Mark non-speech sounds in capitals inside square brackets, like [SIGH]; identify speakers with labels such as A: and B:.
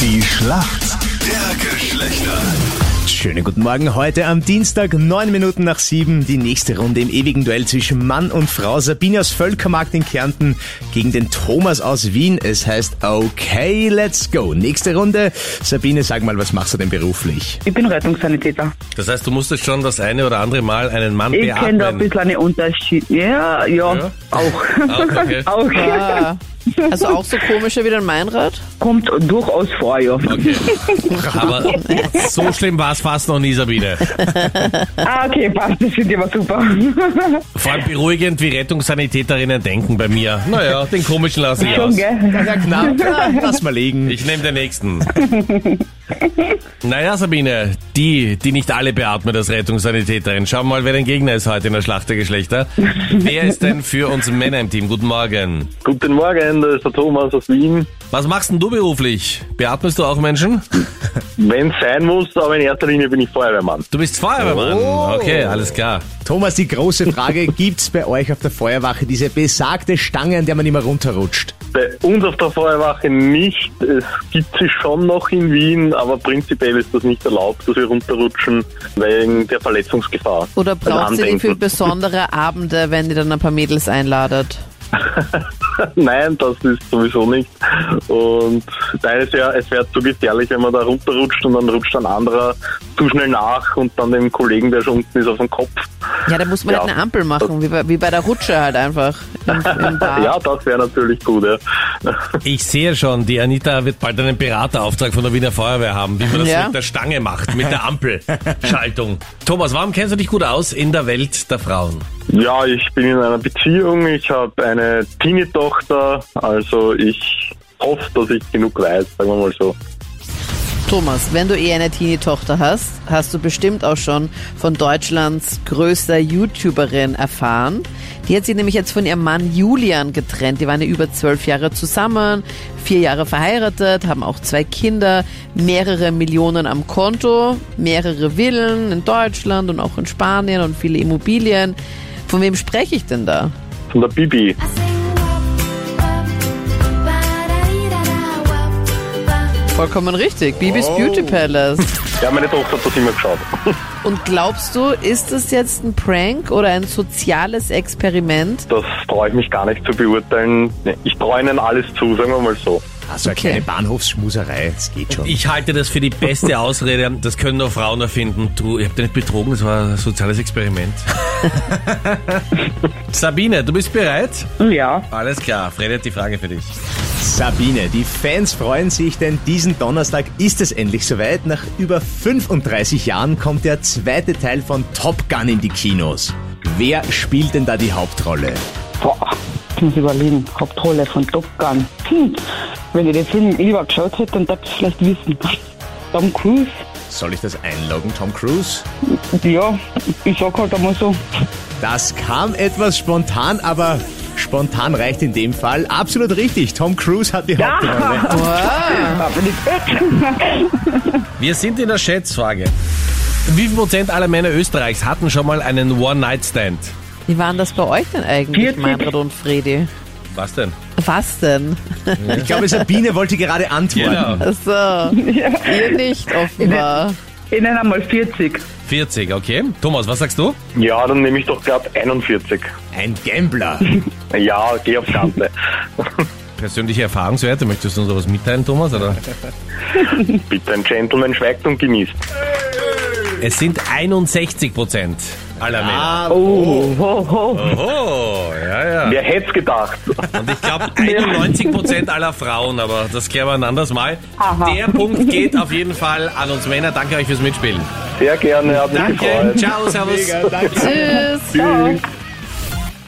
A: Die Schlacht der Geschlechter.
B: Schönen guten Morgen. Heute am Dienstag, neun Minuten nach sieben, die nächste Runde im ewigen Duell zwischen Mann und Frau. Sabine aus Völkermarkt in Kärnten gegen den Thomas aus Wien. Es heißt, okay, let's go. Nächste Runde. Sabine, sag mal, was machst du denn beruflich?
C: Ich bin Rettungssanitäter.
D: Das heißt, du musstest schon das eine oder andere Mal einen Mann
C: Ich kenne da ein
D: beatmen.
C: bisschen einen Unterschied. Ja, ja,
D: Ja?
C: auch.
D: Ah, okay.
C: [LAUGHS] auch.
E: Ah. Also auch so komische wie dein Meinrad?
C: Kommt durchaus vor, ja.
D: Aber
C: [LAUGHS]
D: so schlimm war es fast noch nie, Sabine.
C: Ah, okay, passt, das finde ich aber super. [LAUGHS]
D: Vor allem beruhigend, wie Rettungssanitäterinnen denken bei mir. Naja, den komischen lasse ich
C: Schon,
D: aus.
C: gell?
B: Na, knapp. Ja, lass mal liegen.
D: Ich nehme
C: [LAUGHS]
D: den nächsten. Naja, Sabine, die, die nicht alle beatmet als Rettungssanitäterin. Schauen wir mal, wer dein Gegner ist heute in der Schlacht der Geschlechter. Wer ist denn für uns Männer im Team? Guten Morgen.
F: Guten Morgen, da ist der Thomas aus Wien.
D: Was machst denn du beruflich? Beatmest du auch Menschen?
F: Wenn es sein muss, aber in erster Linie bin ich Feuerwehrmann.
D: Du bist Feuerwehrmann.
B: Oh.
D: Okay, alles klar.
B: Thomas, die große Frage, gibt's bei euch auf der Feuerwache diese besagte Stange, an der man immer runterrutscht?
F: Bei uns auf der Feuerwache nicht. Es gibt sie schon noch in Wien, aber prinzipiell ist das nicht erlaubt, dass wir runterrutschen wegen der Verletzungsgefahr.
E: Oder
F: Also
E: braucht ihr die für
F: andenken.
E: besondere Abende, wenn ihr dann ein paar Mädels einladet?
F: [LAUGHS] Nein, das ist sowieso nicht. Und nein, es wäre es wär zu gefährlich, wenn man da runterrutscht und dann rutscht ein anderer zu schnell nach und dann dem Kollegen, der schon unten ist, auf den Kopf.
E: Ja, da muss man
F: Ja.
E: halt eine Ampel machen, wie bei, wie bei der Rutsche halt einfach im, im Bad.
F: Ja, das wäre natürlich gut, ja.
D: Ich sehe schon, die Anita wird bald einen Beraterauftrag von der Wiener Feuerwehr haben, wie man das
E: Ja.
D: mit der Stange macht, mit der [LAUGHS] Ampelschaltung. Thomas, warum kennst du dich gut aus in der Welt der Frauen?
F: Ja, ich bin in einer Beziehung, ich habe eine Teenie-Tochter, also ich hoffe, dass ich genug weiß, sagen wir mal so.
E: Thomas, wenn du eh eine Teenie-Tochter hast, hast du bestimmt auch schon von Deutschlands größter YouTuberin erfahren. Die hat sich nämlich jetzt von ihrem Mann Julian getrennt. Die waren ja über zwölf Jahre zusammen, vier Jahre verheiratet, haben auch zwei Kinder, mehrere Millionen am Konto, mehrere Villen in Deutschland und auch in Spanien und viele Immobilien. Von wem spreche ich denn da?
F: Von der Bibi.
G: I sing wop, wop, ba-da-dee-da-da, wop, wop.
E: Vollkommen richtig, Bibis Beauty Palace.
F: Ja, meine Tochter hat das immer geschaut.
E: Und glaubst du, ist das jetzt ein Prank oder ein soziales Experiment?
F: Das traue ich mich gar nicht zu beurteilen. Ich traue ihnen alles zu, sagen wir mal so.
B: Also eine
E: Okay.
B: kleine Bahnhofsschmuserei, es geht schon.
D: Ich halte das für die beste Ausrede, das können nur Frauen erfinden. Du, ihr habt ja nicht betrogen, das war ein soziales Experiment. [LAUGHS] Sabine, du bist bereit?
C: Hm, Ja,
D: Alles klar, Freddy hat die Frage für dich.
B: Sabine, die Fans freuen sich, denn diesen Donnerstag ist es endlich soweit. Nach über 35 Jahren kommt der zweite Teil von Top Gun in die Kinos. Wer spielt denn da die Hauptrolle?
C: boah, ich muss überlegen. Hauptrolle von Top Gun. Hm. Wenn ich den Film lieber geschaut hätte, dann darf ich es vielleicht wissen. Tom Cruise?
B: Soll ich das einloggen, Tom Cruise?
C: Ja, ich sag halt einmal so.
B: Das kam etwas spontan, aber spontan reicht in dem Fall. Absolut richtig, Tom Cruise hat die Hauptrolle.
C: Da bin ich gut.
D: Wir sind in der Schätzfrage. Wie viel Prozent aller Männer Österreichs hatten schon mal einen One-Night-Stand?
E: Wie waren das bei euch denn eigentlich,
C: 40?
E: Meinrad und Fredi?
D: Was denn?
E: Was denn?
B: Ich glaube, Sabine wollte gerade antworten.
D: Genau.
E: Also, ihr nicht offenbar.
C: [LAUGHS] Ich nenne einmal 40.
D: 40, okay. Thomas, was sagst du?
F: Ja, dann nehme ich doch gerade 41.
B: Ein Gambler.
F: Ja, geh
D: [LAUGHS]
F: aufs Ganze.
D: Persönliche Erfahrungswerte, möchtest du uns sowas mitteilen, Thomas? Oder?
F: Bitte, ein Gentleman schweigt und genießt.
D: Es sind 61 Prozent aller Männer.
C: Oh, ho, ho.
D: Oh, ja, ja.
F: Wer hätte es gedacht?
D: Und ich glaube 91 Prozent aller Frauen, aber das klären wir ein anderes Mal.
C: Aha.
D: Der Punkt geht auf jeden Fall an uns Männer. Danke euch fürs Mitspielen.
F: Sehr gerne, hat mich
D: Danke.
F: gefreut.
D: Ciao, servus.
B: Mega, danke.
E: Tschüss.
F: Tschüss.